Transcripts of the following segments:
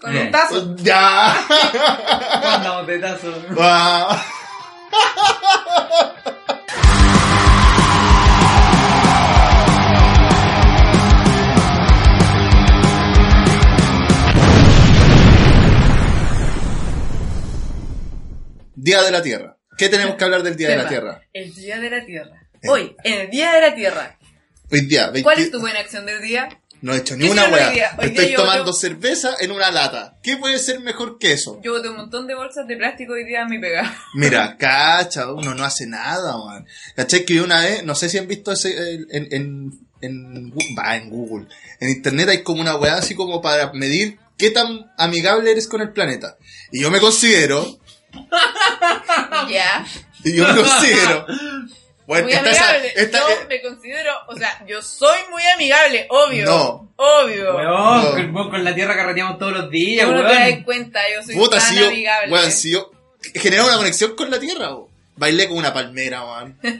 Con un tazo. Ya. Mandamos tetazos. Ah. Día de la Tierra. ¿Qué tenemos que hablar del Día de la Tema, Tierra? Eh. El Día de la Tierra. Hoy, en el Día de la Tierra. Hoy día, 20 ¿Cuál es tu buena acción del día? No he hecho ¿Qué ni una hicieron hoy weá. día? Hoy día Estoy yo- tomando yo- cerveza en una lata. ¿Qué puede ser mejor que eso? Yo boté un montón de bolsas de plástico hoy día a mi pega. Mira, cacha, uno no hace nada, man. ¿Cachai? Que yo una vez, no sé si han visto ese, el- en, en, en, Gu- bah, en Google, en internet hay como una weá así como para medir qué tan amigable eres con el planeta. Y yo me considero, ya. y yo me considero, bueno, Muy esta- amigable. esta- yo eh, me considero, o sea, yo soy muy amigable, obvio. No. Obvio. Weón, No. con, vos con la tierra carreteamos todos los días, Tú no te das weón. cuenta, yo soy puta, tan si yo, amigable. weón, si yo, generé una conexión con la Tierra, weón. Bailé con una palmera, man. Sí.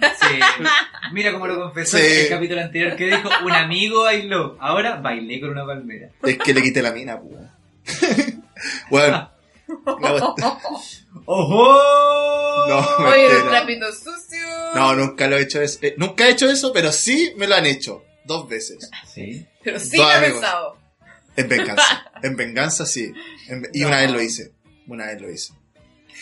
Mira cómo lo confesó Sí. en el capítulo anterior que dijo, un amigo bailó, ahora bailé con una palmera. Es que le quité la mina, weón. Bueno, no, ¡Ojo! no, Oye, mentira. los trapitos sucios. No, nunca lo he hecho eso. Eh, nunca he hecho eso, pero sí me lo han hecho. Dos veces. Sí. Pero sí Dos lo he amigos. pensado. En venganza. En venganza, sí. En- y No. una vez lo hice. Una vez lo hice.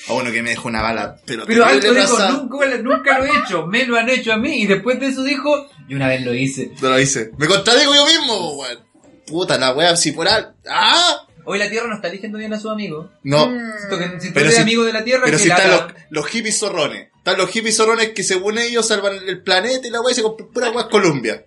A uno que me dejó una bala. Pero, Pero terrible algo dijo, pasada. nunca, nunca lo he hecho, me lo han hecho a mí. Y después de eso dijo, y una vez lo hice. No lo hice. Me contradigo yo mismo, weón. Puta la wea, si por al... ¡Ah! Hoy la tierra no está eligiendo bien a su amigo. No. Mm. Siento que si tú Pero eres si- amigo de la tierra, Pero que si la- están los, los hippies zorrones. Están los hippies zorrones que según ellos salvan el planeta y la wea y se compran pura wea Colombia.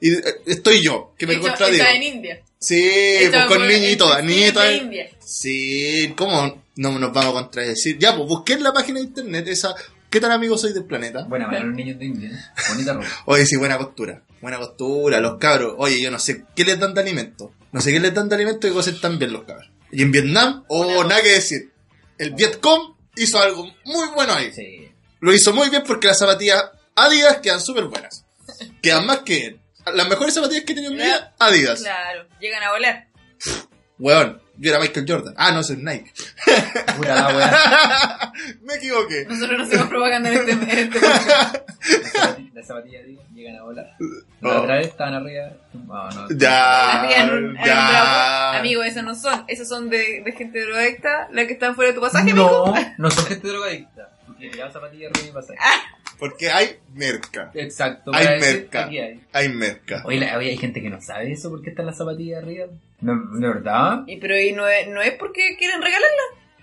Y eh, estoy yo, que me Hecho- contradigo. hecha en India. Sí, Hecha pues con eh. por- niña y toda, en- niña y toda. de India. Sí, ¿cómo no nos vamos a contradecir? Ya, pues busqué en la página de internet esa. ¿Qué tan amigo soy del planeta? Buena mano, los niños de India. Bonita ropa. Oye, sí, buena costura. Buena costura, los cabros. Oye, yo no sé qué les dan de alimento. No sé qué les dan de alimento y cosas tan bien los cabros. Y en Vietnam, oh, Buena nada que decir. El Vietcong hizo algo muy bueno ahí. Sí. Lo hizo muy bien porque las zapatillas Adidas quedan súper buenas. Quedan más que bien. Las mejores zapatillas que he tenido en mi vida, Adidas. Claro, llegan a volar. Weón, yo era Michael Jordan. Ah, no, eso es Nike. Pura la weá. Me equivoqué. Nosotros no hacemos propaganda en este, en este podcast. Las zapatillas, las zapatillas digo, llegan a volar. La No. otra vez estaban arriba. No, no. Oh. Ya. Habían un- habían ya. bravo. Amigo, esas no son. Esas son de, de gente drogadicta, la que están fuera de tu pasaje, mijo. No, no son gente drogadicta. Porque le dan zapatillas arriba y pasan. Porque hay merca. Exacto. Hay para decir, merca. aquí hay. Hay merca. Oye, la- oye, hay gente que no sabe eso, ¿por qué están las zapatillas arriba? No, ¿De verdad? Y pero y no es, no es porque quieren regalarla.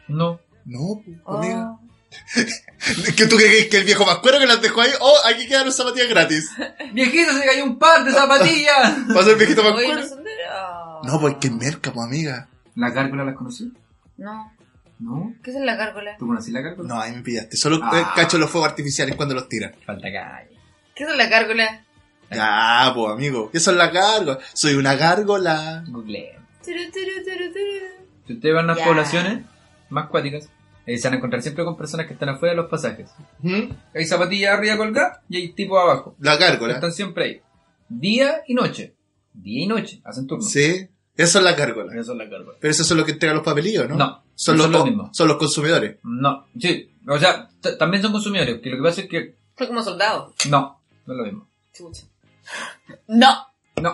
No. No, Oh. amiga. ¿Qué tú crees que el viejo mascuero que las dejó ahí? Oh, aquí quedaron zapatillas gratis. ¡Viejito, se cayó un par de zapatillas! Pasó el viejito Oye, no mascuero. son de... Ah. No, porque es merca, pues amiga. ¿La gárgola las conocí? No, ¿No? ¿qué es la gárgola? ¿Tú conocí la gárgola? No, ahí me pillaste. Solo Ah. eh, cacho los fuegos artificiales cuando los tiran. Falta calle. ¿Qué es la gárgola? Ya, pues amigo. Eso es la gárgola. Soy una gárgola. Google. Turu, turu, turu, turu. Si ustedes van a las Ya. poblaciones más cuáticas, eh, se van a encontrar siempre con personas que están afuera de los pasajes. ¿Mm? Hay zapatillas arriba colgadas y hay tipos abajo. La gárgola. Están siempre ahí. Día y noche. Día y noche. Hacen turno. Sí. Eso es la gárgola. Pero son las gárgolas. Pero eso son los que entregan los papelillos, ¿no? No, no Son los, lo co- mismo. son los consumidores. No, sí. O sea, t- también son consumidores. Que lo que pasa es que. Fue como soldado. No, no es lo mismo. Chucha. No, No,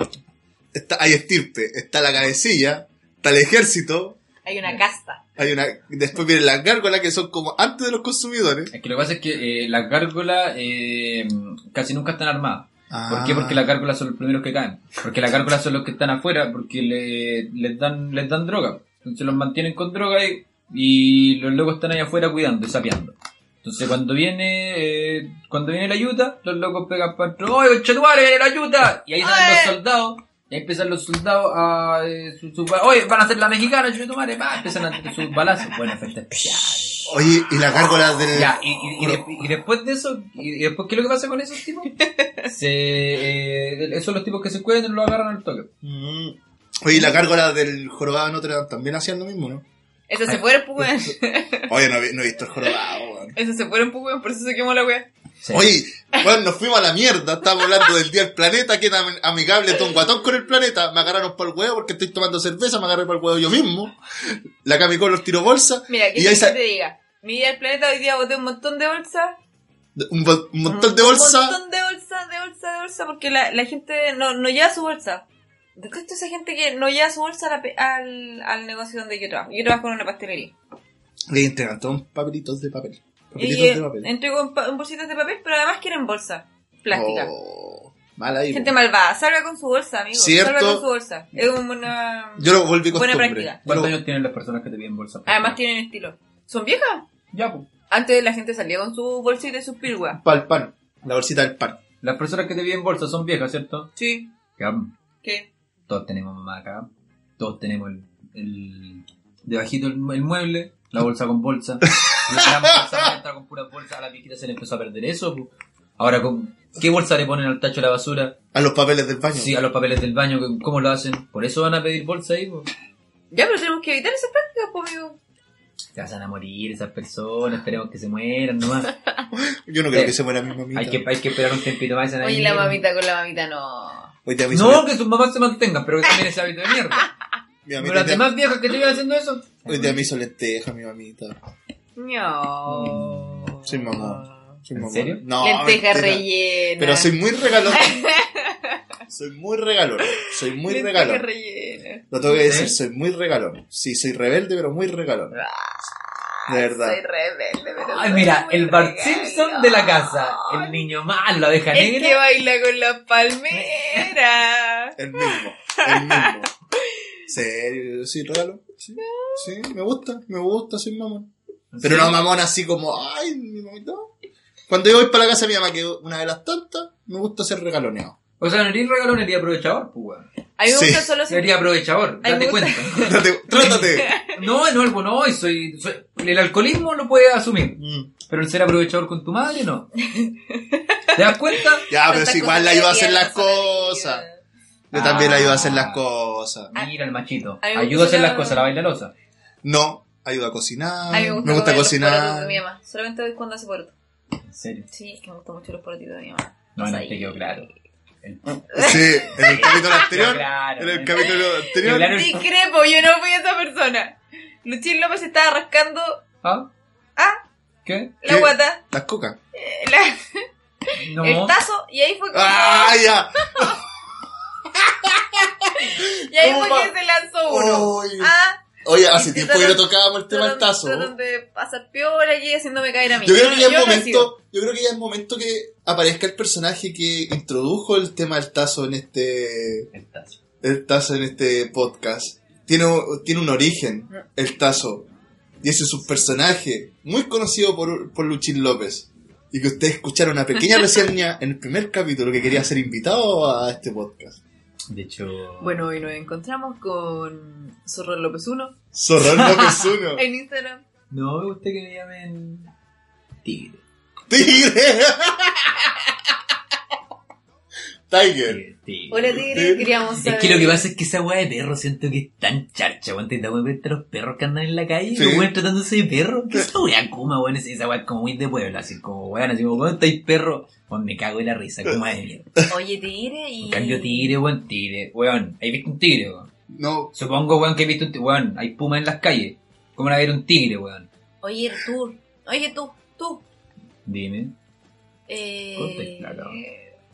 Está, hay estirpe. Está la cabecilla. Está el ejército. hay una casta. Hay una, después vienen las gárgolas que son como antes de los consumidores. es que lo que pasa es que eh, las gárgolas eh, casi nunca están armadas. Ah. ¿Por qué? Ah. Porque las gárgolas son los primeros que caen. Porque las gárgolas son los que están afuera, porque le- les dan les dan droga. Entonces los mantienen con droga y, y los locos están ahí afuera cuidando y sapeando. Entonces cuando viene eh, cuando viene la ayuda, los locos pegan para adentro, ¡Oye, chetumare, viene la ayuda! Y ahí salen ¡Oye! los soldados. Y ahí empiezan los soldados a... eh, su- su- ¡Oye, van a hacer la mexicana, chetumare! va", Empiezan a hacer sus balazos. Bueno, efecto especial. Oye, y las gárgolas del. Ya, y, y- y de- y después de eso, y, y después, ¿qué es lo que pasa con esos tipos? Se, eh, esos son los tipos que se encuentran y lo agarran al toque. Mm. Oye, y las gárgolas del jorobado de Notre Dame también hacían lo mismo, ¿no? Esas se fueron, pues, weón. Oye, no, he vi- no he visto el jorobado, weón. Esas se fueron, pues, weón. Por eso se quemó la wea. Sí. Oye, bueno, nos fuimos a la mierda. Estábamos hablando del día del planeta, que era am- amigable Don Guatón con el planeta. Me agarraron para el huevo porque estoy tomando cerveza, me agarré para el huevo yo mismo. La Camicol los tiró bolsa. Mira, ¿qué y ahí quieres que sa- te diga? Mi día del planeta hoy día boté un montón de bolsas. un, bo- un montón de Un bolsa. montón de bolsas, de bolsas, de bolsas, porque la, la gente no, no lleva su bolsa. Detesto esa gente que no lleva su bolsa a la pe- al, al negocio donde yo trabajo. Yo trabajo en una pastelería. Le entregan todos papelitos de papel. Papelitos Y eh, de papel. entrego en, pa- en bolsitas de papel, pero además quieren bolsa plástica. Oh, mal ahí. Gente po. malvada, salga con su bolsa, amigo. Cierto. Salga con su bolsa. Es una... Yo lo volví Buena costumbre. práctica. Yo lo- ¿Cuántos años tienen las personas que te piden bolsa? Además tienen estilo. ¿Son viejas? Ya, pues. Antes la gente salía con su bolsita y sus piruas. Pa'l pan. La bolsita del pan. Las personas que te piden bolsa son viejas, ¿cierto? Sí. Ya, pues. ¿Qué? Todos tenemos mamá acá. Todos tenemos el, el- debajito el, el mueble, la bolsa con bolsa. La gran bolsa maestra con pura bolsa. A la viejita se le empezó a perder eso. pu. Ahora, ¿con ¿qué bolsa le ponen al tacho de la basura? A los papeles del baño. Sí, a los papeles del baño, ¿cómo lo hacen? Por eso van a pedir bolsa ahí, pu. Ya, pero tenemos que evitar esas prácticas, pues, amigo. Se van a morir esas personas, esperemos que se mueran nomás. Yo no creo Sí. que se muera mi mamita. Eh, Hay que, hay que esperar un tiempito más. y se van a Oye, la ir. mamita con la mamita no. Hoy día mi No, sobrina- que sus mamás se mantengan, pero que también ese hábito de mierda. mi Pero mamita las hoy día- demás viejas que te iban haciendo eso. Hoy día me hizo lenteja mi mamita. No. Soy mamá. Soy ¿En mamá. serio? No, Lenteja mentira. rellena. Pero soy muy regalón. soy muy regalón. Soy muy Lenteja regalón. rellena. Lo tengo que ¿Sí? decir, soy muy regalón. Sí, soy rebelde, pero muy regalón. De verdad. Ah, Soy rebelde, pero. Ay, soy mira, muy el Bart regalón. Simpson de la casa. El niño malo, la abeja El que negra. baila con la palmera. El mismo. El mismo. ¿Serio? ¿Sí, regalo? Sí. Sí, me gusta. Me gusta, soy mamón. Pero no mamón así como, ay, mi mamita. Cuando yo voy para la casa de mi mamá, que una de las tantas, me gusta ser regaloneado. O sea, no eres regalón, eres aprovechador, pues, weón. A mí me Sí. gusta solo sentir- Eres aprovechador, Ay, me date gusta. cuenta. Trátate. trátate. No, no, algo no, y soy, soy- el alcoholismo lo puedes asumir, Mm. pero el ser aprovechador con tu madre no. ¿Te das cuenta? Ya, pero Tantas si igual cosas la que ayuda a hacer hacía las en la cosas. vida. Yo también la ayudo a hacer Ah. las cosas. Mira el machito. Ah, A mí me Ayuda a hacer gusta- las cosas, la bailalosa. No, ayuda a Ah, cocinar. A mí me gusta, cocinar. Los porotos de mi mamá. Solamente voy cuando hace poroto. En serio. Sí, me gustan mucho los porotitos de mi mamá. No, no, Ahí. te quedó claro. El- Sí, en el capítulo anterior. Claro. En el capítulo anterior. Claro. Discrepo, yo no fui esa persona. Luchín López estaba rascando ¿Ah? Ah. ¿Qué? la ¿Qué? guata, Las cocas. eh, la- No. el tazo, y ahí fue como. ¡Ah, ya! y ahí fue Opa. que se lanzó uno. Oy. Ah, Oye, hace Y tiempo que tratan- no tocábamos el tema del tazo. Tratan de pasar piola y haciéndome caer a mí. Yo creo que ya es no sigo. momento, yo creo que ya es momento que aparezca el personaje que introdujo el tema del tazo en este, El tazo. el tazo en este podcast. Tiene, tiene un origen, el tazo. Y ese es un personaje muy conocido por, por Luchín López. Y que ustedes escucharon una pequeña reseña en el primer capítulo que quería ser invitado a este podcast. De hecho. Bueno, hoy nos encontramos con Zorro López 1 Zorrón López Uno. en Instagram. No me gusta que me llamen. Tigre. ¡Tigre! Tiger. Tigre, Eh, tigre. Hola, Tigre, queríamos Es saber. que lo que pasa es que esa weá de perro siento que es tan charcha, weón. Te das cuenta de los perros que andan en la calle y Sí. los weón tratándose de perro. ¿Qué esa weá cuma, weón? Esa- Esa weá es como muy de pueblo, así como weón, así como, weón, estáis perro. Weón, me cago en la risa, cuma de mierda. Oye, Tigre y. En cambio, tigre, weón, tigre. Weón, ¿hay visto un tigre, weón? No, Supongo, weón, que he visto un tigre. Weón, hay puma en las calles. ¿Cómo van a ver un tigre, weón? Oye, tú. Oye, tú. Tú. Dime. Eh, Contesta, cabrón.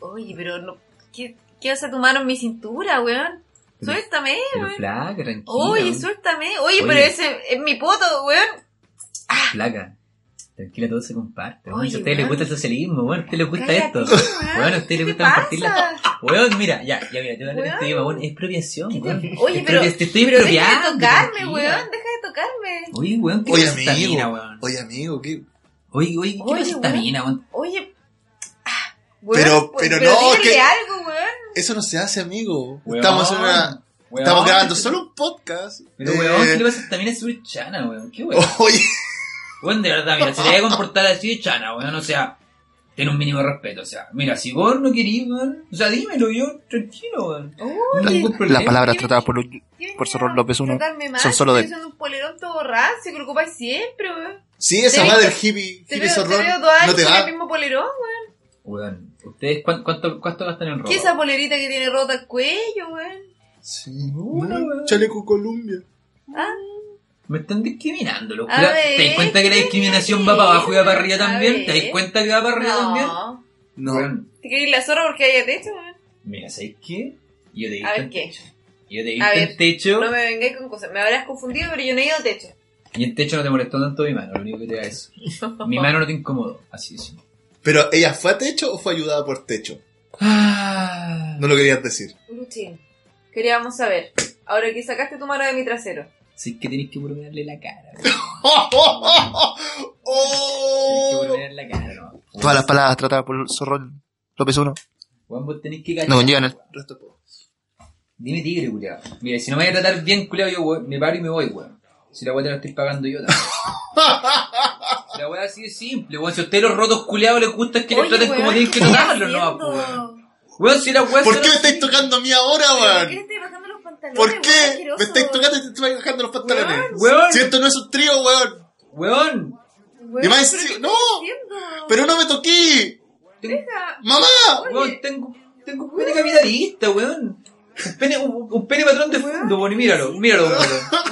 oye, pero no, ¿qué, ¿qué vas a tomar en mi cintura, weón? Pero- Suéltame, Pero weón. flaca, tranquila. Oye, weón. suéltame. Oye, pero Oye. ese es mi poto, weón. Flaca. Tranquila, todo se comparte. weón. Oye, Si a ustedes les weón. gusta el socialismo, weón, a ustedes les gusta Cállate, esto. weón. Weón, a ustedes les ¿Qué te gusta compartir la. pasa? Weón, mira, ya, ya, mira, te voy a hablar de Weón. este tema, weón. Es expropiación, ¿Qué te- weón. Oye, Expropia- pero- Te estoy Pero deja de expropiando. tocarme, tranquila. weón. Deja de tocarme. Oye, weón, ¿qué Oye, pasa esta amigo. mina, weón? oye amigo, ¿qué? Oye, oye, ¿qué Oye, pasa esta weón. mina, weón? Oye. ah, weón, Pero- pues, pero no, dile que- algo, weón. Eso no se hace, amigo. Weón. Estamos en una. Weón. Estamos grabando solo un podcast. Pero Eh, weón, ¿qué le pasa a esta mina? Es súper chana, weón. ¿Qué weón? Oye, Weón, de verdad, mira, se te debe comportar así de chana, weón. O sea, ten un mínimo de respeto. O sea, mira, si vos no querís, weón, o sea, dímelo yo, tranquilo, weón. No Oye. tengo problema. palabras tratadas por ¿Qué por venía Zorro a López uno tratarme mal? son solo de- Estoy usando un polerón todo rancio que lo ocupas siempre, weón. sí, esa Te va veo- del hippie, Te hippie veo, te zorrón. veo dos años No te con el va. mismo polerón, weón. Weón, ¿ustedes cuán- cuánto, cuánto gastan en ropa? ¿Qué es esa polerita que tiene rota el cuello, weón? Sí. Una, Mm, weón. Chaleco Columbia. ¿Ah? Me están discriminando, loco. A ver, ¿Te das cuenta que la discriminación va para abajo y va para arriba a también? ver. ¿Te das cuenta que va para arriba también? No. No. Weón, ¿Te querís la zorra porque haya techo, weón? Mira, ¿sabes qué? Yo te he A visto ver, en ¿qué? techo. Yo te he A visto en ver, techo. No me vengáis con cosas. Me habrás confundido, pero yo no he ido al techo. Y en techo no te molestó tanto mi mano, lo único que te da es. Mi mano no te incomodó, así es. Pero ella fue a techo o fue ayudada por techo? Ah. No lo querías decir. Luchín, queríamos saber. Ahora que sacaste tu mano de mi trasero. Sí que tenés que bromearle la cara. weón. ¡Oh, oh, oh, oh! Tenés que bromearle la cara, ¿no? Weón, Todas las palabras tratadas por Zorrón López 1. weón, vos tenés que cachar. No conllevan el- Resto poco. Dime tigre, culiao. Mira, si no me voy a tratar bien, culiao, yo weón, me paro y me voy, weón. Si la weá te la estoy pagando yo también. La weá así de simple, weón. Si a ustedes los rotos culiados les gusta que les traten como tienen que tratarlos, no, pues, weón. Weón, si la weá ¿Por se- qué me estáis tocando a mí ahora, ¿Por qué le weón? estáis bajando los pantalones? ¿Por weón? qué Asqueroso. me estáis tocando y te estáis bajando los pantalones? Weón, Si esto no es un trío, weón. weón. Weón, Y más pero encima- ¿qué ¡No! estás haciendo? Pero no me toqué. Deja. ¡Mamá! Weón, tengo, tengo un pene capitalista, weón. Un pene, un, un pene patrón de fondo, weón, y míralo, míralo, weón.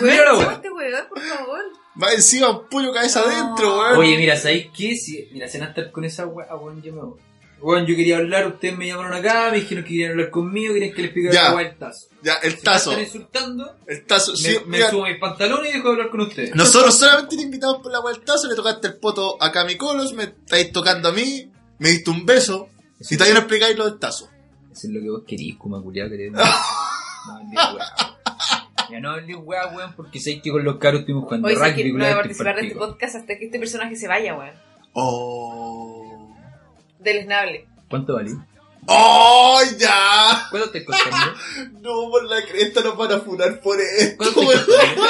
Míralo, Weón, weón. este weón, por favor. Va encima un puño cabeza No. adentro, weón. Oye, mira, ¿sabéis qué? Si, mira, se van a estar con esa weá, weón, yo me voy. Weón, yo quería hablar, ustedes me llamaron acá, me dijeron que querían hablar conmigo, querían que les Ya. picara la weá el tazo. Ya, el Si me tazo. están insultando, El tazo. me, sí, me mira, subo mis pantalones y dejo de hablar con ustedes. nosotros solamente te invitamos por la vueltazo, le tocaste el poto a Cami Colos, me estáis tocando a mí, me diste un beso, y todavía no explicáis lo del tazo. Eso es lo que vos querís, como culiado que te... No, hables weá. Ya no hables weá, weón, porque sabéis que con los caros estuvimos jugando Hoy sé rugby, que no voy culiao, a este participar de este partido. podcast hasta que este personaje se vaya, weón. Oh. Del esnable. ¿Cuánto valí? ¡Oh, ya! ¿Cuánto te costando? No, por la cresta nos van a furar por esto, ¿Cuánto te weón. costando?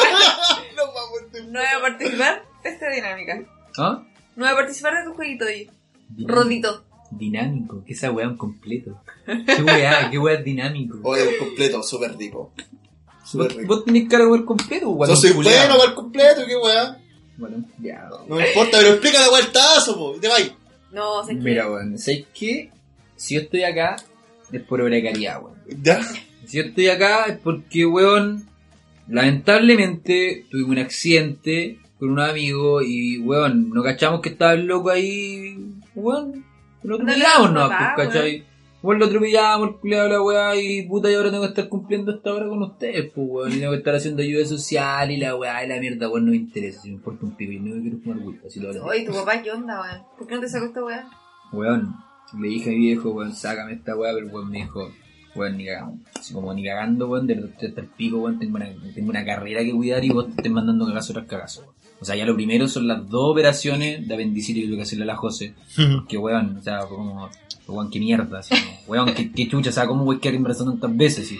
Nos vamos a No voy a participar de esta dinámica. ¿Ah? No voy a participar de tu jueguito hoy. Mm. Rodito. Dinámico, que esa weá es un completo. Qué weá, qué weá es dinámico. Oye, un completo, súper rico. Súper Vos, rico. vos tenés cara de weá completo, weón. Yo soy bueno para el completo, qué weá. No me importa, pero explica la vueltazo, po. Y te vais. No, sé que. Mira, weón, ¿sabes qué? Si yo estoy acá, es por obra de caridad, weón. Ya. Si yo estoy acá, es porque, weón, lamentablemente tuve un accidente con un amigo y, weón, no cachamos que estaba el loco ahí, weón. Lo Ándale, atropellamos, no, papá, pues, ¿cachai? Weón, lo atropellamos, el culiado la weá, y puta, y ahora tengo que estar cumpliendo esta hora con ustedes, pues, weón. Y tengo que estar haciendo ayuda social y la weá, y la mierda, weón, no me interesa, si me importa un pico, y no me quiero fumar weón, así lo hablo. Oye, tu papá, ¿qué onda, weón? ¿Por qué no te sacó esta weón? Weón, le dije a mi viejo, weón, sácame esta weá, pero el weón me dijo, weón, ni cagando. Así como ni cagando, weón, de repente hasta el pico, weón, tengo una, tengo una carrera que cuidar y vos te estás mandando cagazo tras cagazo, weón. O sea, ya lo primero son las dos operaciones de apendicitis que tuve que hacerle a la José. Que weón, o sea, fue como, weón, qué mierda, así como, weón, qué, qué chucha, o sea, cómo voy a quedar embarazada tantas veces, y,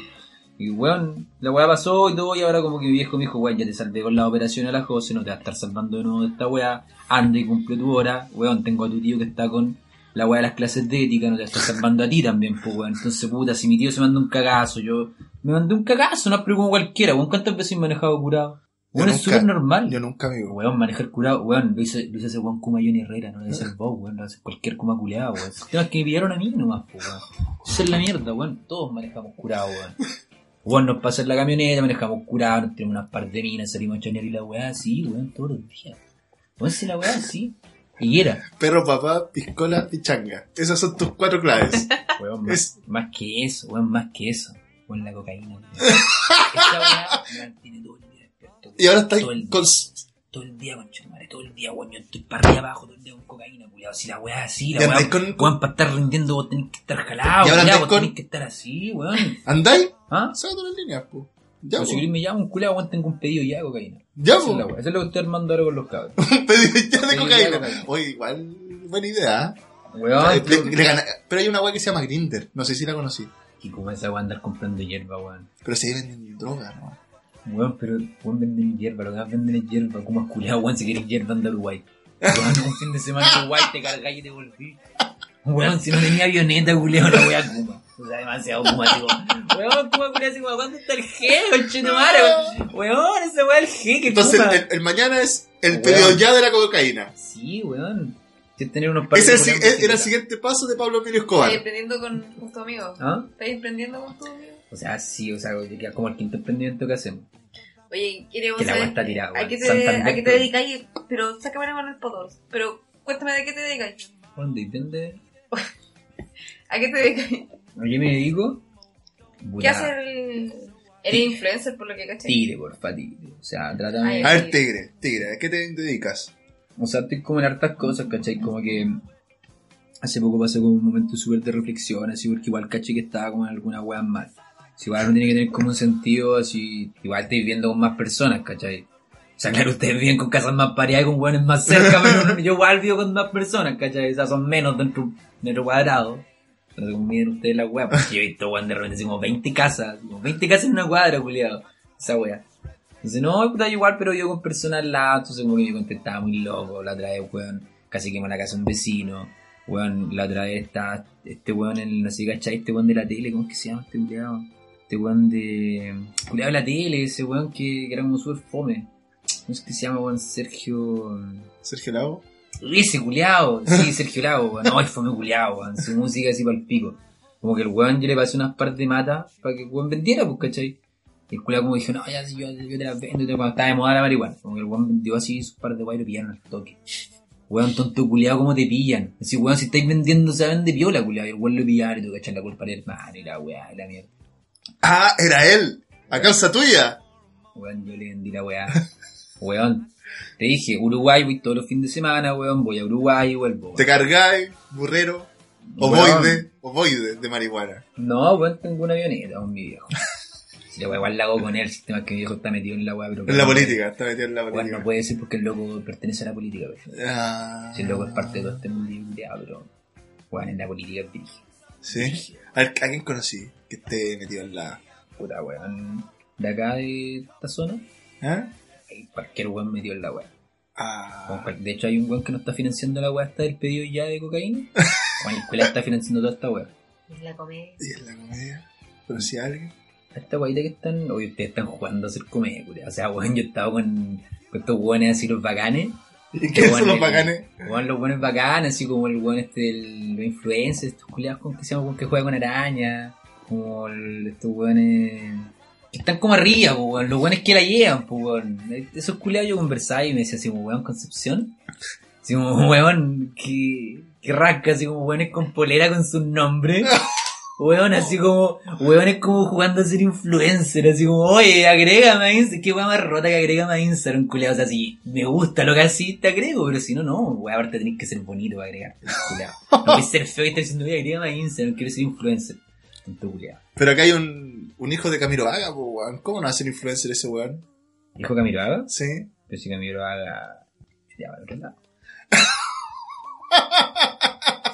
y weón, la weá pasó y todo, y ahora como que mi viejo me dijo, weón, ya te salvé con la operación a la José, no te vas a estar salvando de nuevo de esta weá, anda y cumple tu hora, weón, tengo a tu tío que está con la weá de las clases de ética, no te estás salvando a ti también, pues weón. Entonces, puta, si mi tío se manda un cagazo, yo me mandé un cagazo, no pero como cualquiera, weón. ¿Cuántas veces he manejado curado? Yo Weón, es nunca. súper normal. Yo nunca, amigo. Weón, manejar curado, weón, lo hizo, lo hizo ese weón Kuma Johnny Herrera, no lo hizo el vos, weón, lo hace cualquier Kuma culeado, weón. El tema es que me pillaron a mí nomás, pues, weón. Esa es la mierda, weón, todos manejamos curado, weón. Weón, nos pasa en la camioneta, manejamos curado, nos tenemos unas par de minas, salimos a chanear y la weá así, weón, todos los días. Weón, si la weá así. Y era. Perro, papá, piscola, pichanga. Esas son tus cuatro claves. Weón, más, Es- más que eso, weón, más que eso. Weón, la cocaína. weón. Esta weá me mantiene todo el día despierto. weón. Y ahora estáis Todo el día. con. Todo el día, concha de madre, todo el día, weón. Yo estoy para arriba abajo todo el día con cocaína, culiado. Si la weá es así, la Y weá. andáis con- Weón, para estar rindiendo vos tenés que estar jalado, Y ahora culiao, andáis vos con- tenés que estar así, weón. ¿Andáis? ¿Ah? Saca todas las líneas, po. Ya, Pero po. si querés me llamo un culiado, weón, tengo un pedido ya de cocaína. Ya, Esa es la po. weá. Eso es lo que estoy armando ahora con los cabros. Pedí ya de Sí, ya, cocaína. cocaína. Oye, igual, buena idea. ¿eh? Weón, Le- tú- le gana- Pero hay una weá que se llama Grinder. No sé si la conocí. y como esa weá andar comprando hierba, weón. Pero se venden droga, ¿no? Weón, pero weón venden hierba, lo que más venden es hierba, como has culiado, weón, si quieres hierba anda a Uruguay. Weón, un fin de semana en Uruguay te cargás y te volví. Weón, si no tenía avioneta, culiao, la weá Kuma. O sea, demasiado Kuma, digo. Weón, Kuma, culiao, así como, ¿cuándo está el G, conchetumare? Weón, esa weá el G, que Entonces, eh, Kuma. el, el mañana es el Weón. pedido ya de la cocaína. Sí, weón. que tener unos Ese parques es el si- volando era el bicicleta. siguiente paso de Pablo Emilio ¿Estás Escobar. emprendiendo con, con tu amigo? ¿Ah? ¿Estás emprendiendo con tu amigo? O sea, sí, o sea, oye, que como el quinto emprendimiento que hacemos. Oye, quiere Que vos la agua saber está tirada, a qué weón. te, Santander, a qué te weón. dedicáis, pero sácame la mano el podor. Pero cuéntame de qué te dedicáis. ¿Dónde? ¿Dónde? ¿A qué te dedicáis? Yo me dedico. ¿Qué Puta, hace el... Eres influencer por lo que caché. Tigre, porfa, tigre. O sea, trátame. Ay. A ver, Tigre, Tigre, ¿a qué te dedicas? O sea, estoy como en hartas cosas, ¿cachai? Como que hace poco pasé como un momento súper de reflexión, así, porque igual caché que estaba como en alguna wea mal. Si igual no tiene que tener como un sentido, así, igual estoy viviendo con más personas, ¿cachai? O sea, claro, ustedes viven con casas más pareadas y con hueones más cerca, pero yo igual vivo con más personas, ¿cachai? O sea, son menos dentro de un metro cuadrado. Entonces, como miden ustedes la wea, porque yo he visto, weón, de repente, así como 20 casas, como 20 casas en una cuadra, culiado. Esa wea. Entonces, no, puta, igual, pero yo con personas la, entonces como que yo contestaba muy loco, la otra vez, weón, casi quemó la casa de un vecino, weón, la otra vez está este weón, el, no sé, ¿cachai? Este weón de la tele, ¿cómo es que se llama este culiado? Este weón de... culiado de la tele, ese weón que, que era como súper fome. ¿Cómo es que se llama, weón? Sergio... Sergio Lago. Ese culiao, sí, Sergio Lago, weón. No, él fue muy culiao, weón. Su música así para el pico. Como que el weón yo le pasé unas partes de mata para que el weón vendiera, pues, ¿cachai? Y el culiao como dijo, no, ya, sí, yo, yo te las vendo, y todo, cuando estaba de moda la marihuana. Como que el weón vendió así sus par de guayos y lo pillaron al toque. Weón, tonto culiao, ¿cómo te pillan? Así, weón, si estáis vendiendo, se vende piola, culiao. Y el weón lo pillaron y tú, ¿cachai? La culpa era el hermano y la weá, y la mierda. Ah, era él. A causa tuya. Weón, yo le vendí la weá. Weón, te dije, Uruguay, voy todos los fines de semana, weón, voy a Uruguay y vuelvo. weón. Te cargáis, burrero, Weón. ovoide, ovoide de marihuana. No, weón, tengo una avioneta con mi viejo. Si la weá igual la hago con él, el sistema es que mi viejo está metido en la weá, pero. En la política, está metido en la Weón, no política. puede ser porque el loco pertenece a la política, weón. Ah, Si el loco es parte de todo este mundo, ya, pero. Weón, en la política es dirige. ¿Sí? A ver, ¿a quién conocí que esté metido en la... Puta weón. De acá, de esta zona, ¿Eh? hay cualquier weón metido en la weá. Como Ah, cual- De hecho, hay un weón que no está financiando la weá hasta el pedido ya de cocaína. Weón, la escuela está financiando toda esta weá. La comedia. ¿y en la comedia? ¿Conocí a alguien? Esta guayita que están, hoy ustedes están jugando a hacer comedia, culiao. O sea, weón, yo he estado con, con estos weones así los bacanes. ¿Y qué son Bueno, los el- bacanes? Weón, los buenos bacanes, así como el weón este, el- los influencers, estos culiados con que se llama, con que juega con araña, como el- estos weones que están como arriba, po, weón, los weones que la llevan, po, weón. Esos culiados yo conversaba y me decía así como weón Concepción, así como weón que, que rasca, así como weones con polera con sus nombres. Weón, así como, weón es como jugando a ser influencer, así como, oye, agrégame a Instagram, qué weón más rota que agrégame a Instagram, culiado, o sea, si me gusta lo que así te agrego, pero si no, no, weón, aparte tenés que ser bonito para agregarte, culiado. No puedes ser feo y estar diciendo, oye, agrégame a Instagram, quiero ser influencer, tonto culiado. Pero acá hay un, un hijo de Camilo Haga, po, weón. ¿Cómo no va a ser influencer ese weón? ¿Dijo Camiroaga? ¿Sí? Pero si Camiroaga, ya, para otro lado.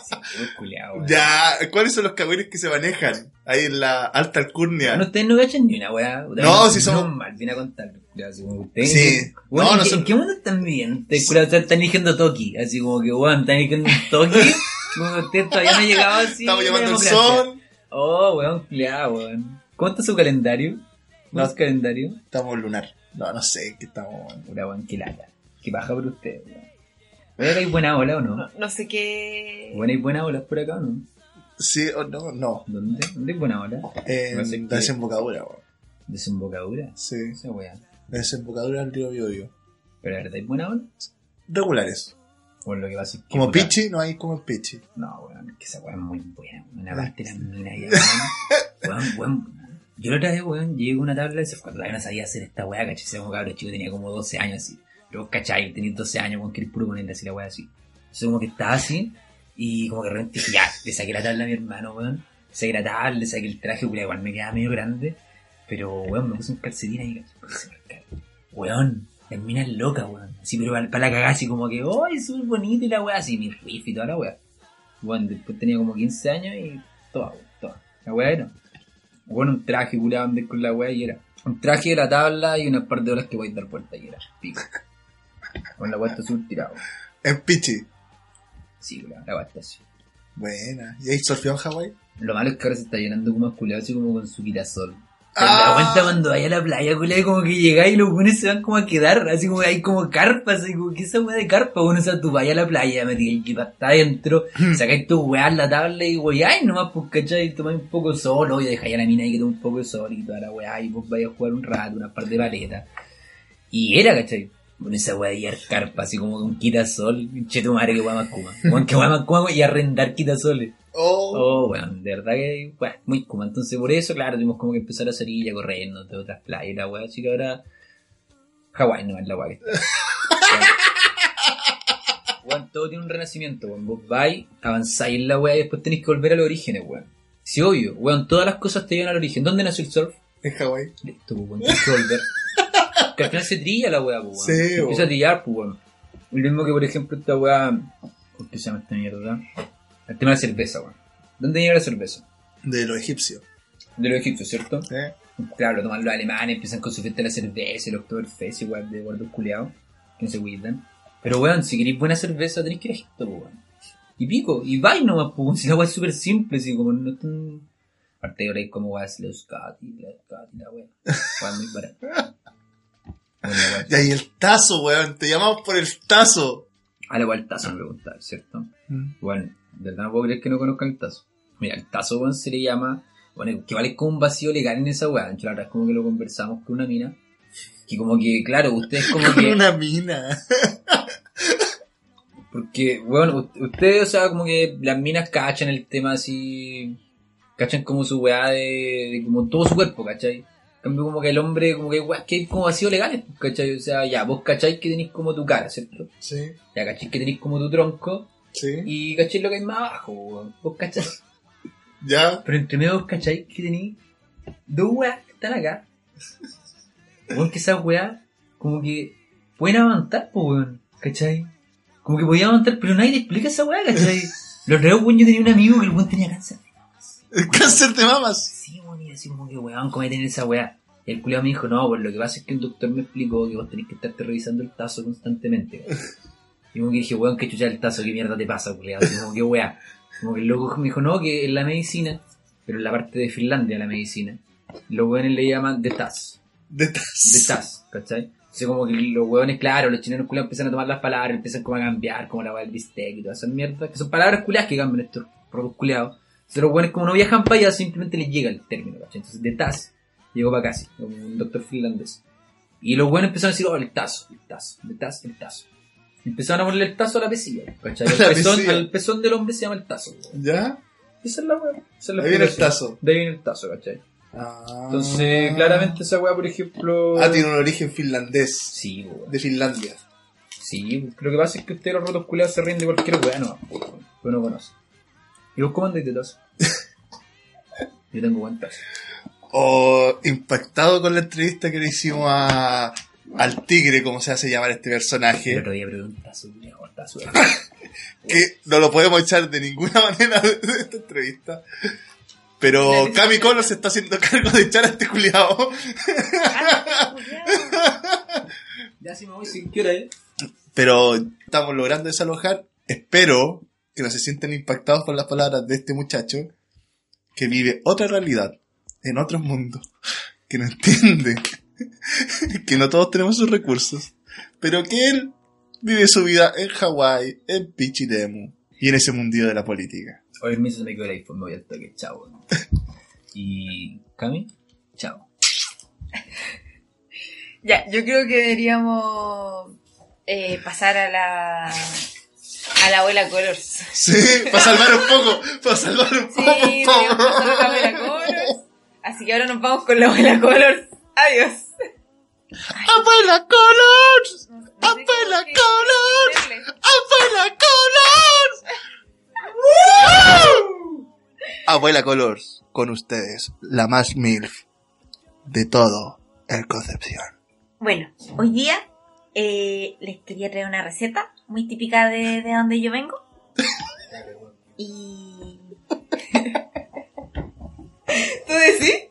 Sí, culiado, weón. Ya, ¿cuáles son los cagüines que se manejan ahí en la alta alcurnia? Bueno, ustedes no cachan ni una weá. Puta, No, yo- si no, somos- mal, vine a contar. culiao, Así como ustedes. Sí. Bueno, No, ¿en, no qué, son- en qué mundo están viviendo? Te culiao, o sea, están eligiendo Toki. Así como que, weón, están eligiendo Toki. como que ustedes todavía no han llegado así. Estamos a la llamando el democracia. sol. Oh, weón, culiado, weón. ¿Cómo está su calendario? ¿Cómo No. es su calendario? Estamos lunar. No, no sé, que estamos... Pura weón, qué lata. Qué paja por ustedes, weón. Weón, ¿hay buena ola o no? No, no sé qué... Bueno, ¿hay buena ola por acá o no? Sí o no, no. ¿Dónde? ¿Dónde hay buena ola? En No sé la qué. desembocadura, weón. ¿Desembocadura? Sí, Esa weá. la desembocadura del río Biobío. ¿Pero la verdad hay buena ola? Regulares. Bueno, lo que pasa es que. Como puta, Pichi, no hay como en Pichi. No, weón, es que esa weá es muy buena. Una parte de las minas ya, weón. Weón, weón. Yo la otra vez, weón, llegué a una tabla de surf, cuando todavía no sabía hacer esta weá, caché. Ese cabrón chico tenía como 12 años así. Luego, cachai, tenía 12 años, weón, querés puro ponerle así la weá así. Entonces, como que estaba así, y como que de repente dije, ya, le saqué la tabla a mi hermano, weón. Le saqué la tabla, le saqué el traje, culiao, igual me quedaba medio grande. Pero, weón, me puse un calcetín ahí, caché. me puse un calcetín. Weón, las minas locas, weón. Así, pero para la cagada, así como que, oh, es súper bonito y la weá, así, mi riff y toda la weá. Bueno, después tenía como 15 años y toda, weón, toda. La weá era. Bueno, un traje, culiado, andé con la weá y era. Un traje de la tabla y unas par de horas que voy a dar vuelta y era. Pico. Con la weá está azul tirado. En Pichi. Sí, culiado, la weá está así. Buena. ¿Y ahí surfeó en Hawái? Lo malo es que ahora se está llenando como más culiado así como con su quitasol. Pero te das cuenta cuando vaya a la playa, culiao, como que llegáis y los buenos se van como a quedar, así como hay como carpas, así como que esa weá de carpa, bueno, o sea, tú vayas a la playa, metí el jeep hasta adentro, sacáis tu weá en la tabla y weáis nomás, pues cachai, tomáis un poco de sol, obvio, dejáis a la mina ahí que tome un poco de sol y toda la weá, y vos vais a jugar un rato, unas par de paletas. Y era, cachai, con esa weá de ir carpa, así como con quitasol, che tu madre que weá más kuma, Weón, que weá más kuma, weón, y arrendar quitasoles. Oh. Oh, bueno, de verdad que, bueno, muy Kuma. Entonces, por eso, claro, tuvimos como que empezar a salir y a corriendo de otras playas, la weá. Así que ahora, Hawái no es la weá. que está. Weón. Weón, todo tiene un renacimiento, weón. Vos vais, avanzáis en la weá y después tenéis que volver a los orígenes, weón. Sí, obvio, weón, todas las cosas te llevan al origen. ¿Dónde nació el surf? En Hawái. Listo, pues, weón, tienes que volver. Que al final se trilla la weá, pues, weón. Sí, Se empieza weón. a trillar, pues, weón. Lo mismo que, por ejemplo, esta weá. ¿Por qué se llama esta mierda? El tema de la cerveza, weón. ¿Dónde llega la cerveza? De los egipcios. De los egipcios, ¿cierto? ¿eh? Claro, lo toman los alemanes, empiezan con su fiesta de la cerveza, el Oktoberfest, igual de gordos culiados, que no se cuidan. Pero weón, si queréis buena cerveza, tenéis que ir a Egipto, po, weón. Y pico, y vais nomás, po, weón, si la weá es súper simple, si como no es tan... Aparte de habláis como weón, los cati, los cati, la weá. Weón, muy barato. Bueno, la weá. Y ahí el tazo, weón. Te llamamos por el tazo. A la weá el tazo me preguntaba, ¿cierto? Bueno, de verdad no puedo creer que no conozcan el tazo. Mira, el tazo, weón, se le llama. Bueno, que vale como un vacío legal en esa weá. Yo la verdad es como que lo conversamos con una mina. Que como que, claro, ustedes como Con que. una mina. Porque, bueno, u- ustedes, o sea, como que las minas cachan el tema así. Cachan como su weá de, de como todo su cuerpo, ¿cachai? En cambio, como que el hombre, como que weá, que hay como vacíos legales, ¿cachai? O sea, ya, vos cacháis que tenéis como tu cara, ¿cierto? Sí, Ya cacháis que tenéis como tu tronco. sí. Y cacháis lo que hay más abajo, weón. Vos cacháis. Ya. Pero entre medio, vos ¿cachai? Que tení dos weas que están acá. Weón, que esas weas, como que pueden avanzar, po, weón. ¿cachai? Como que podían avanzar, pero nadie te explica esa wea, ¿cachai? Los reos, weón, yo tenía un amigo que el weón tenía cáncer. El cáncer de mamas. Sí, weón, y así como que weón, ¿cómo voy a tener esa wea? Y el culiao me dijo, no, pues lo que pasa es que un doctor me explicó que vos tenés que estarte revisando el tazo constantemente. ¿cachai? Y como que dije, weón, que chucha el tazo, qué mierda te pasa, culiao. Así como que weá. Como que el loco me dijo, no, que en la medicina, pero en la parte de Finlandia la medicina, los weones le llaman de taz, De tazo. de taz, ¿cachai? Entonces como que los weones, claro, los chilenos culiados empiezan a tomar las palabras, empiezan como a cambiar, como la weá del bistec y todas esas mierdas, que son palabras culiadas que cambian estos rotos culiados. Entonces los weones como no viajan para allá, simplemente les llega el término, ¿cachai? Entonces de taz llegó para casi, como un doctor finlandés. Y los weones empezaron a decir, oh, el tazo, el tazo, el tazo, el tazo. Empezaron a ponerle el tazo a la pesilla, ¿cachai? La Al pezón, pesilla. al pezón del hombre se llama el tazo, weón. ¿Ya? Esa es la weá. Esa es la Ahí viene el explicación. tazo. De ahí viene el tazo, ¿cachai? Ah. Entonces, claramente esa weá, por ejemplo. Ah, tiene un origen finlandés. Sí, weón. De Finlandia. Sí, pues, lo que pasa es que ustedes los rotos culiados se ríen de cualquier weá, no. Que no conoce. ¿Y vos cómo andáis de tazo? Yo tengo buen tazo. O Oh, impactado con la entrevista que le hicimos a, al tigre, como se hace llamar este El personaje, otro día pregunté un tazo, culiao, un tazo. que no lo podemos echar de ninguna manera de, de esta entrevista. Pero Dale. Cami Colo se está haciendo cargo de echar a este culiao. ah, Ya si me voy sin que hora, eh. Pero estamos logrando desalojar. Espero que no se sientan impactados por las palabras de este muchacho que vive otra realidad en otro mundo, que no entiende que no todos tenemos sus recursos, pero que él vive su vida en Hawái, en Pichilemu y en ese mundillo de la política. Hoy mismo se me quedó el iPhone, me voy al toque, chao. weón. Y. Cami, chao. Ya, yo creo que deberíamos eh, pasar a la a la abuela Colors. Sí, para salvar un poco, para salvar un Sí, poco. deberíamos pasar a la abuela Colors. Así que ahora nos vamos con la abuela Colors. Adiós. ¡Abuela Colors! No sé cómo ¡Abuela que- Colors! hacerle. ¡Abuela Colors! Abuela Colors, con ustedes, la más MILF de todo el Concepción. Bueno, hoy día eh, les quería traer una receta muy típica de, de donde yo vengo. Y ¿Tú decís?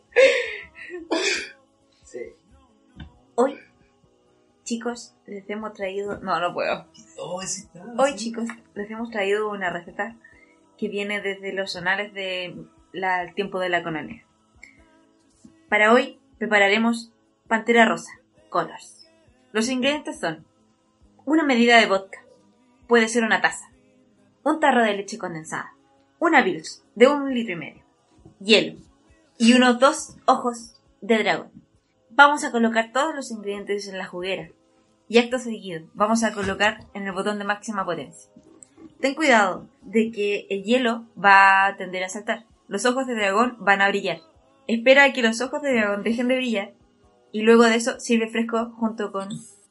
hoy, chicos, les hemos traído... No, no puedo. Oh, Hoy, chicos, les hemos traído una receta que viene desde los sonales del tiempo de la colonia. Para hoy prepararemos Pantera Rosa, Colors. Los ingredientes son una medida de vodka, puede ser una taza, un tarro de leche condensada, una Bills de un litro y medio, hielo y unos dos ojos de dragón. Vamos a colocar todos los ingredientes en la juguera y acto seguido vamos a colocar en el botón de máxima potencia. Ten cuidado de que el hielo va a tender a saltar. Los ojos de dragón van a brillar. Espera a que los ojos de dragón dejen de brillar y luego de eso sirve fresco junto con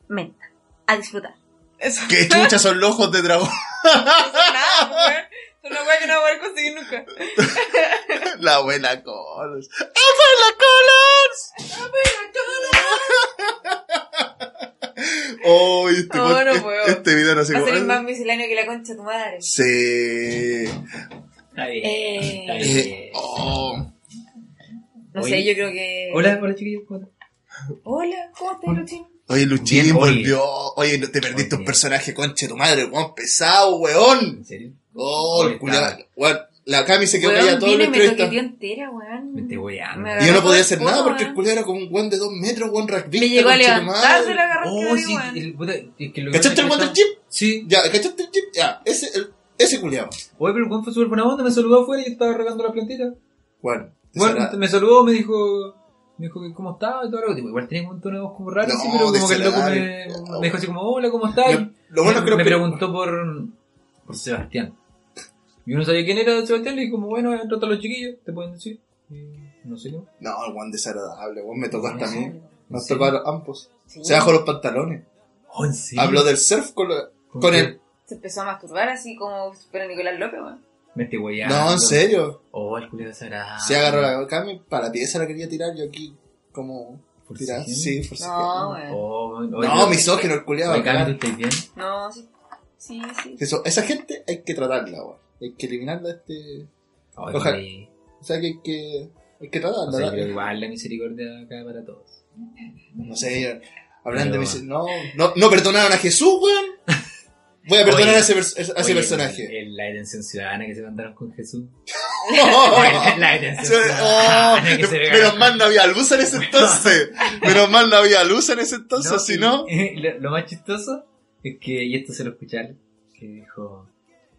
menta. A disfrutar. Eso ¿Qué chucha son los ojos de dragón? nada, weón. Es una weá que no voy a poder conseguir nunca. La abuela Colors. ¡Abuela Colors! Oh, este, Oh, pod- no este- puedo. este video no sé Va a cómo. salir más misceláneo que la concha de tu madre. Sí. Está bien. Eh, está Eh, bien. oh. No Oye. sé, yo creo que. Hola, hola chiquillos. ¿cómo están? Hola, ¿cómo estás, Luchín? Oye, Luchín Bien, oye. volvió. Oye, no te perdiste Oye. un personaje, conche tu madre, weón. Pesado, weón. ¿En serio? Oh, el Oye, culiao. está. Weón, la Cami se quedó Weón, callada toda vine la y me entrevista. toqueteó entera, weón. Me estoy weando. Me- Y yo no podía hacer Todo, nada porque weón. el culiao era como un weón de dos metros, weón rugby. ¿eh? Me llegó a levantar de la garra que Oh, me sí. dio, weón. el puta- es que lo que ¿Cachaste el pasa weón es del que chip? estaba- Sí. Ya, ¿cachaste el chip? Ya, ese, el, ese culiao. Oye, pero el weón fue súper buena onda, me saludó afuera y yo estaba regando la plantita. Bueno, Bueno, desagradable. me saludó, me dijo, me dijo que cómo estaba y todo lo que Igual tenía un tono de voz como raro, No, sí, pero como que el loco me, desagradable. me dijo así como, hola, ¿cómo estás? Lo- lo bueno me, es que lo me pre- preguntó por, por Sebastián. Yo no sabía quién era Sebastián, le dije como, bueno, entro a los chiquillos, te pueden decir. Y No sé qué. No, el weón desagradable, weón. Me tocó No, hasta a mí. sí. Nos Sí. tocó a los ambos. Sí. Se bajó los pantalones. Oh, ¿en serio? Habló del surf con, lo- ¿Con con qué? el. Se empezó a masturbar así como pero Nicolás López, weón. Me estoy weyando. No, en serio. Oh, el culiado desagradable. Se agarró la Cami, para la pieza la quería tirar. Yo aquí, como. ¿Por Tirar, sí? sí, por si No, bien. weón. Oh, No, misógino el culiao. Oye, Cami, bacán. ¿tú estás bien? No, sí. Sí, sí. Eso, esa gente hay que tratarla, weón. Hay que eliminarla de este. Oye, Ojalá. Cami, O sea que hay que. Hay que o tratarla. sea, ¿verdad? yo igual la misericordia acá para todos. No sé, yo- hablando Pero- me dice, no, no, no perdonaron a Jesús, weón. Voy a perdonar Oye, a ese, pers- a ese Oye, eh, personaje. el- el- la detención ciudadana que se mandaron con Jesús. Oh, la detención oh, ciudadana que se menos mal no había luz en ese entonces. Menos mal no había luz en ese entonces, No, si y- no. Lo, lo más chistoso es que, y esto se lo escucharon, que dijo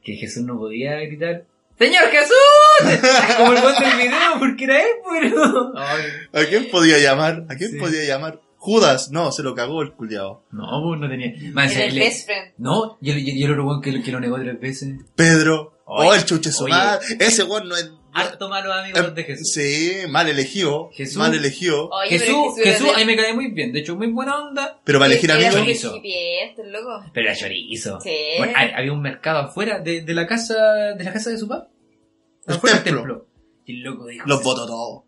que Jesús no podía gritar. ¡Señor Jesús! Como el bot del video, porque era él, pues, pero. Ay, ¿A quién podía llamar? ¿A quién Sí. podía llamar? Judas, no, se lo cagó el culiao. no, pues, no tenía. Más, Era el le- best friend. no, y el, y el otro weón que, lo- que lo negó tres veces. Pedro, Oye, oh, el chuche su oye. madre. Ese weón no es. Harto malo amigo de Jesús. Ah, eh, Sí, mal elegido. Jesús. Oh, Mal elegido. Oye, pero Jesús, es que Jesús, era- ahí me cae muy bien. De hecho, muy buena onda. Pero para elegir era amigos. porque Chorizo. hippie, el loco. Pero era chorizo. Sí. Bueno, Eh. hay- había un mercado afuera de, de la casa de la casa de su papá. El Afuera del templo. Y el loco dijo, Los voto todos.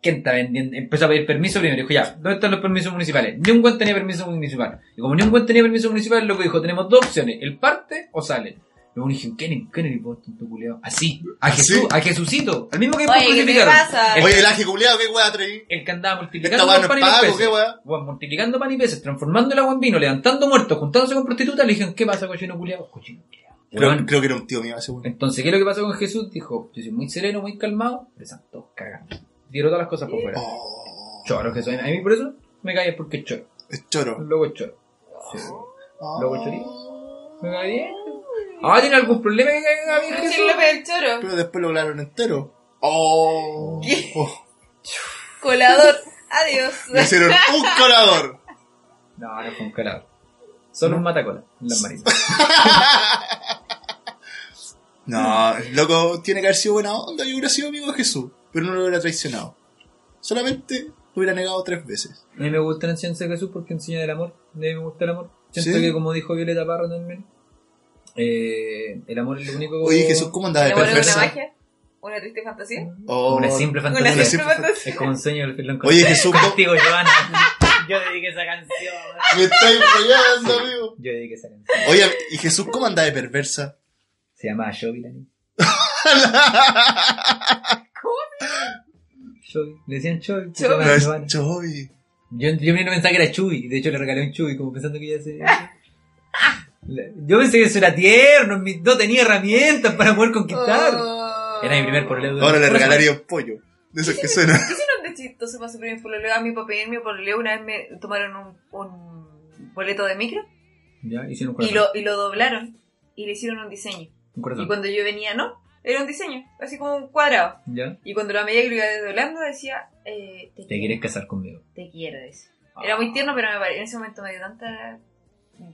¿quién está vendiendo? Empezó a pedir permiso primero. Dijo, ya, ¿dónde están los permisos municipales? Ni un buen tenía permiso municipal. Y como ni un buen tenía permiso municipal, el loco dijo, tenemos dos opciones, el parte o sale. Luego dije, Kennedy, Kennedy, vos tonto culeado. Así, a Así. Jesús, a Jesucito, al mismo que Oye, después ¿qué te crucificaron. pasa? El, ¿Ah, Oye, el aje culiao, qué weá traí. el que andaba multiplicando Esta weá los no es panes y los pago, peces. qué weá. Weón, multiplicando pan y peces, transformando el agua en vino, levantando muertos, juntándose con prostitutas, le dijeron, ¿qué pasa, cochino culiado? Cochino culiao. Creo, Weón. creo que era un tío mío ese weón. Entonces, ¿qué es lo que pasó con Jesús? Dijo, yo soy muy sereno, muy calmado, pero están todos cagando. Tiró todas las cosas por fuera. Oh, Choro Jesús. A mí por eso me cae porque es choro. es choro. Luego es choro. Sí. Oh. Luego es chorito. Me cae bien. Ah, ¿tiene algún problema que caiga bien Luchín Jesús? López del Choro. Pero después lo hablaron entero. Oh. ¿Qué? Oh, Colador. Adiós. me hicieron un colador. No, no fue un calado. Solo un matacola en las marinas. No, el loco tiene que haber sido buena onda y hubiera sido amigo de Jesús. Pero no lo hubiera traicionado. Solamente lo hubiera negado tres veces. A mí me gusta la enseñanza de Jesús porque enseña el amor. A mí me gusta el amor. Siento Sí. que como dijo Violeta Parra también, eh, el amor es lo único... Oye, Jesús, ¿cómo andaba de ¿Le vuelve una perverso? magia? ¿Una triste fantasía? Oh. Una simple fantasía. ¿Una Una triste simple fantasía? Es como un sueño del filón Oye, Jesús, ¿cómo- Contigo, Giovanna. Yo dediqué esa canción. Me estáis fallando, amigo. Yo dediqué esa canción. Oye, ¿y Jesús cómo andaba de perversa? Se llama Jovi la niña. Jovi. Le decían Jovi. se Jovi. No llamaba es Giovanna. Joey. Yo, yo primero pensaba que era Chubi. De hecho, le regalé un Chubi, como pensando que ella se... La- Yo pensé que eso era tierno. mi- No tenía herramientas para poder conquistar. Oh. Era mi primer problema. Ahora le regalaría un pollo. De esos que suena. ¿Qué hicieron de chistoso para su primer pololeo. A mi papá y mi pololeo una vez me tomaron un, un boleto de micro Ya, hicieron un y corazón. lo, y lo doblaron y le hicieron un diseño. Un corazón. Y cuando yo venía, no, era un diseño, así como un cuadrado. Ya. Y cuando la medida que lo iba desdoblando decía, eh, te, Te quieres casar Ah. conmigo. te quiero, decía. Era muy tierno, pero me pare- en ese momento me dio tanta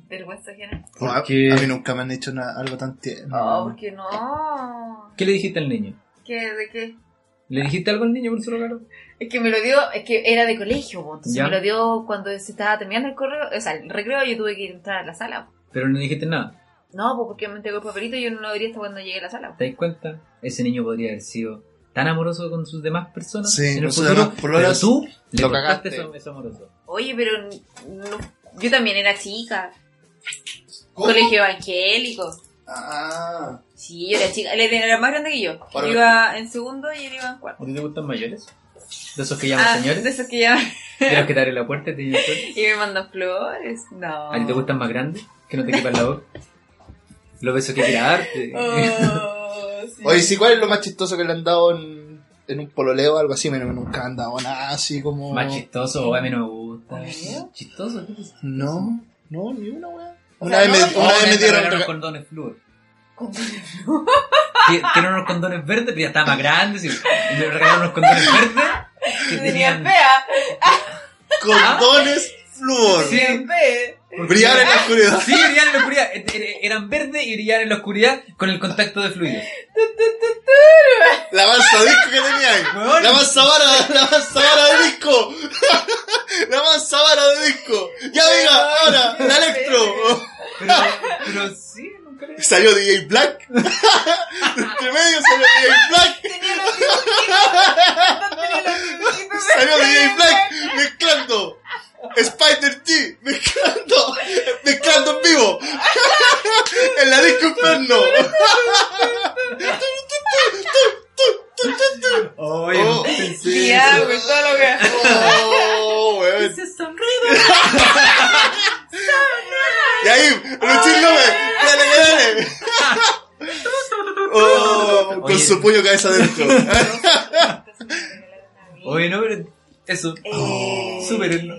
vergüenza ajena. Oh, a, Porque- a mí nunca me han hecho na- algo tan tierno. Ah. Oh, porque no. ¿Qué le dijiste al niño? ¿Qué, ¿De qué? ¿Le dijiste algo al niño por su regalo? Es que me lo dio, es que era de colegio, po, entonces Ya. me lo dio cuando se estaba terminando el correo, o sea, el recreo, yo tuve que entrar a la sala. po. Pero no le dijiste nada. No, pues porque me entregó el papelito y yo no lo vería hasta cuando llegué a la sala. po. ¿Te das cuenta? Ese niño podría haber sido tan amoroso con sus demás personas. Sí, pues, en con el sus futuro, demás pero pololas. tú le Lo cortaste cagaste. eso- eso amoroso. Oye, pero no- yo también era chica, ¿Cómo? colegio evangélico. Ah, Sí, yo era chica, él era más grande que yo. Ahora- iba en segundo y él iba en cuarto. ¿A ti te gustan mayores? ¿De esos que llaman Ah, de señores? esos que llaman ¿De los que te abren la puerta y te dicen flores? y me mandan flores. No. ¿A ti te gustan más grandes? ¿Que no te quepan la voz? ¿Los besos que quiera darte? Oh, sí. Oye, sí, ¿cuál es lo más chistoso que le han dado en, en un pololeo o algo así? Menos nunca han dado nada así como. Más chistoso, oh, a mí no me gusta. ¿Eh? ¿Chistoso? ¿Qué es? No, no, ni una weá. O Una sea, vez me- no, una Oh, vez me me dieron. regalaron rega- condones flúor. Ti- Tienen unos condones verdes, pero ya estaban más grandes. Y y me regalaron unos condones verdes. Que Tenía tenían... fea. Ah. Condones flúor. Sí. tenía fea. Brillar en la oscuridad. Sí, brillaban en la oscuridad. E- e- Eran verdes y brillaban en la oscuridad con el contacto de fluido. La mansa disco que tenía ahí. Weón. La mansa vara, la mansa vara de disco. La mansa vara de disco. Ya venga, ahora, la electro. Pero, pero sí, no creo. Salió DJ Black. Entre medio salió DJ Black. Tenía los dibujitos, Salió DJ Black mezclando. Spider T mezclando, mezclando en vivo. En la disco inferno. Oye, Oh. en serio. Ya, güey, todo lo que. Oh, weón. Se sonríe. Y ahí, Luchín López, dale, dale. Oh, con Oye. su puño cabeza adentro. Oye, no, pero eso. Eh, Supérenlo.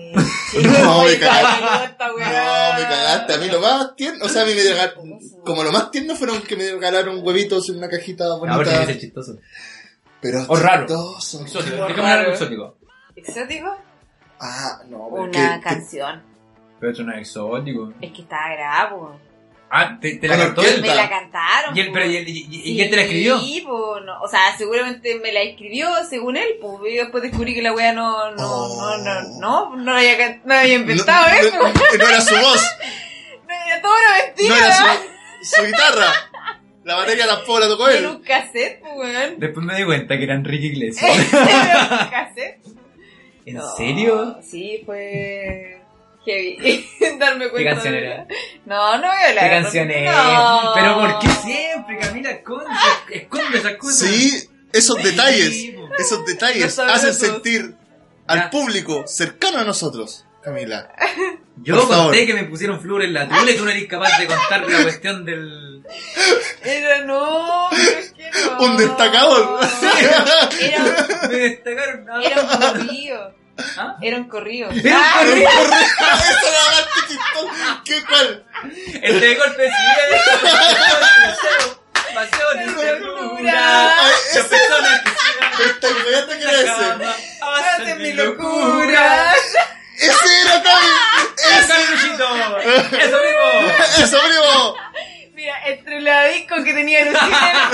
sí, No, oye, me cagaste. cagó esta No, me weá. cagaste. A mí lo más tierno, o sea, a mí me regalaron, como lo más tierno fueron que me regalaron huevitos en una cajita A ver si bonita. es chistoso. Pero O "Oh, raro. chistoso. Exótico, ¿eh? Lo déjame algo raro, exótico. ¿Exótico? Ah, no, pero Una que- canción. Pero eso no es exótico. Es que estaba grabado. Ah, te, te la Con cantó orquesta. él. Me la cantaron. Y él, po. pero, y él, y, y- Sí, y él te la escribió. Sí, po, no. O sea, seguramente me la escribió según él, pues yo después descubrí que la wea no, no, Oh. no, no, no, no había, can- no había no, inventado no- eso, no era su voz, no, era todo una mentira, no era su, su guitarra. La batería tampoco la tocó era él. un cassette, pues weón, Después me di cuenta que era Enrique Iglesias. era un cassette. ¿En No, serio? Sí, fue heavy, darme cuenta. ¿Qué canción de- era? No, no voy a hablar. ¿Qué canción No. era? Pero ¿por qué siempre, Camila? Esconde, esconde esas cosas. Sí, esos Sí, detalles, po. esos detalles Los hacen sabrosos. sentir al Ya. público cercano a nosotros, Camila. Yo Por conté favor. que me pusieron flúor en la tula y tú no eres capaz de contar la cuestión del... Era, no, pero es que no. Un destacador. Era un Me destacaron. ¿no? Era un corrido. ¿Ah? Era un corrido. Era un corrido. Eso era bastante chistoso. ¿Qué cuál? El de golpe de Pasión y ternura. Ah, Ay, Las ese, personas que se me estáis weando que era aman ese. hacen mi locura. Locura. Ese Eh, era Cami. ¡Saca el luchito! ¡Eso mismo! Ese, eso, primo. Mira, entre la disco que tenía Lucía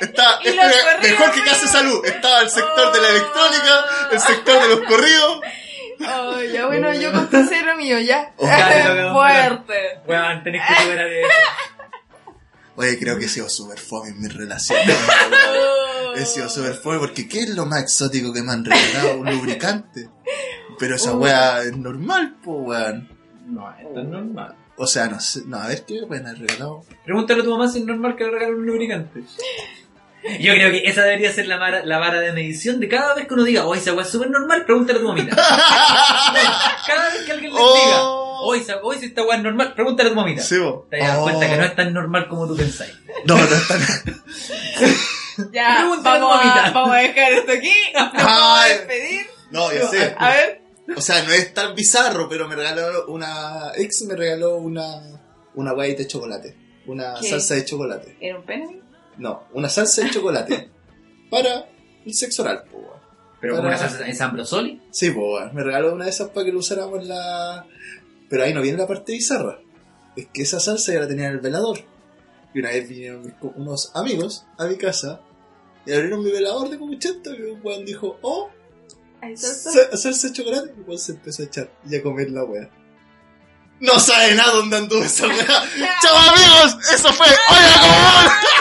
Está, Y este los era corridos, mejor que primo. Casa Salud. Estaba el sector de la Oh. electrónica, el sector de los corridos. Oh, ya bueno, yo con tu cero mío, ya. Ya, lo veo. Fuerte. Weón, tenés que superar eso. Oye, creo que he sido súper fome en mi relación. He sido súper fome porque ¿qué es lo más exótico que me han regalado? Un lubricante. Pero Uh. esa wea es normal, po, weón. No, esto es normal. O sea, no sé. No, a ver qué me han regalado. Pregúntale a tu mamá si es normal que le regalen un lubricante. Yo creo que esa debería ser la vara, la vara de medición de cada vez que uno diga, oh, esa weá es súper normal, pregúntale a tu mamita. cada vez que alguien le Oh. diga, oh, esa, oh, si esta weá es normal, pregúntale a tu mamita. Sí, vos. Te das Oh. cuenta que no es tan normal como tú pensáis. No, no es tan. Ya, Pregúntale vamos a tu mamita. a, vamos a dejar esto aquí. Nos vamos a Ay. despedir. No, ya sé. A ver, O sea, no es tan bizarro, pero me regaló una. Ex me regaló una. Una guayita de chocolate. Una ¿Qué? salsa de chocolate. ¿era un pene? No, una salsa de chocolate. para el sexo oral, po, weón. Pero como una salsa es Ambrosoli. Sí, po, weón. Me regaló una de esas para que lo usáramos en la. Pero ahí no viene la parte bizarra. Es que esa salsa ya la tenía en el velador. Y una vez vinieron mis co- unos amigos a mi casa y abrieron mi velador de comuchento y un weón dijo, oh, Ahí está. Sa- salsa de chocolate y pues se empezó a echar y a comer la wea. No saben a dónde anduvo esa wea. Chao amigos, eso fue. ¡Hola,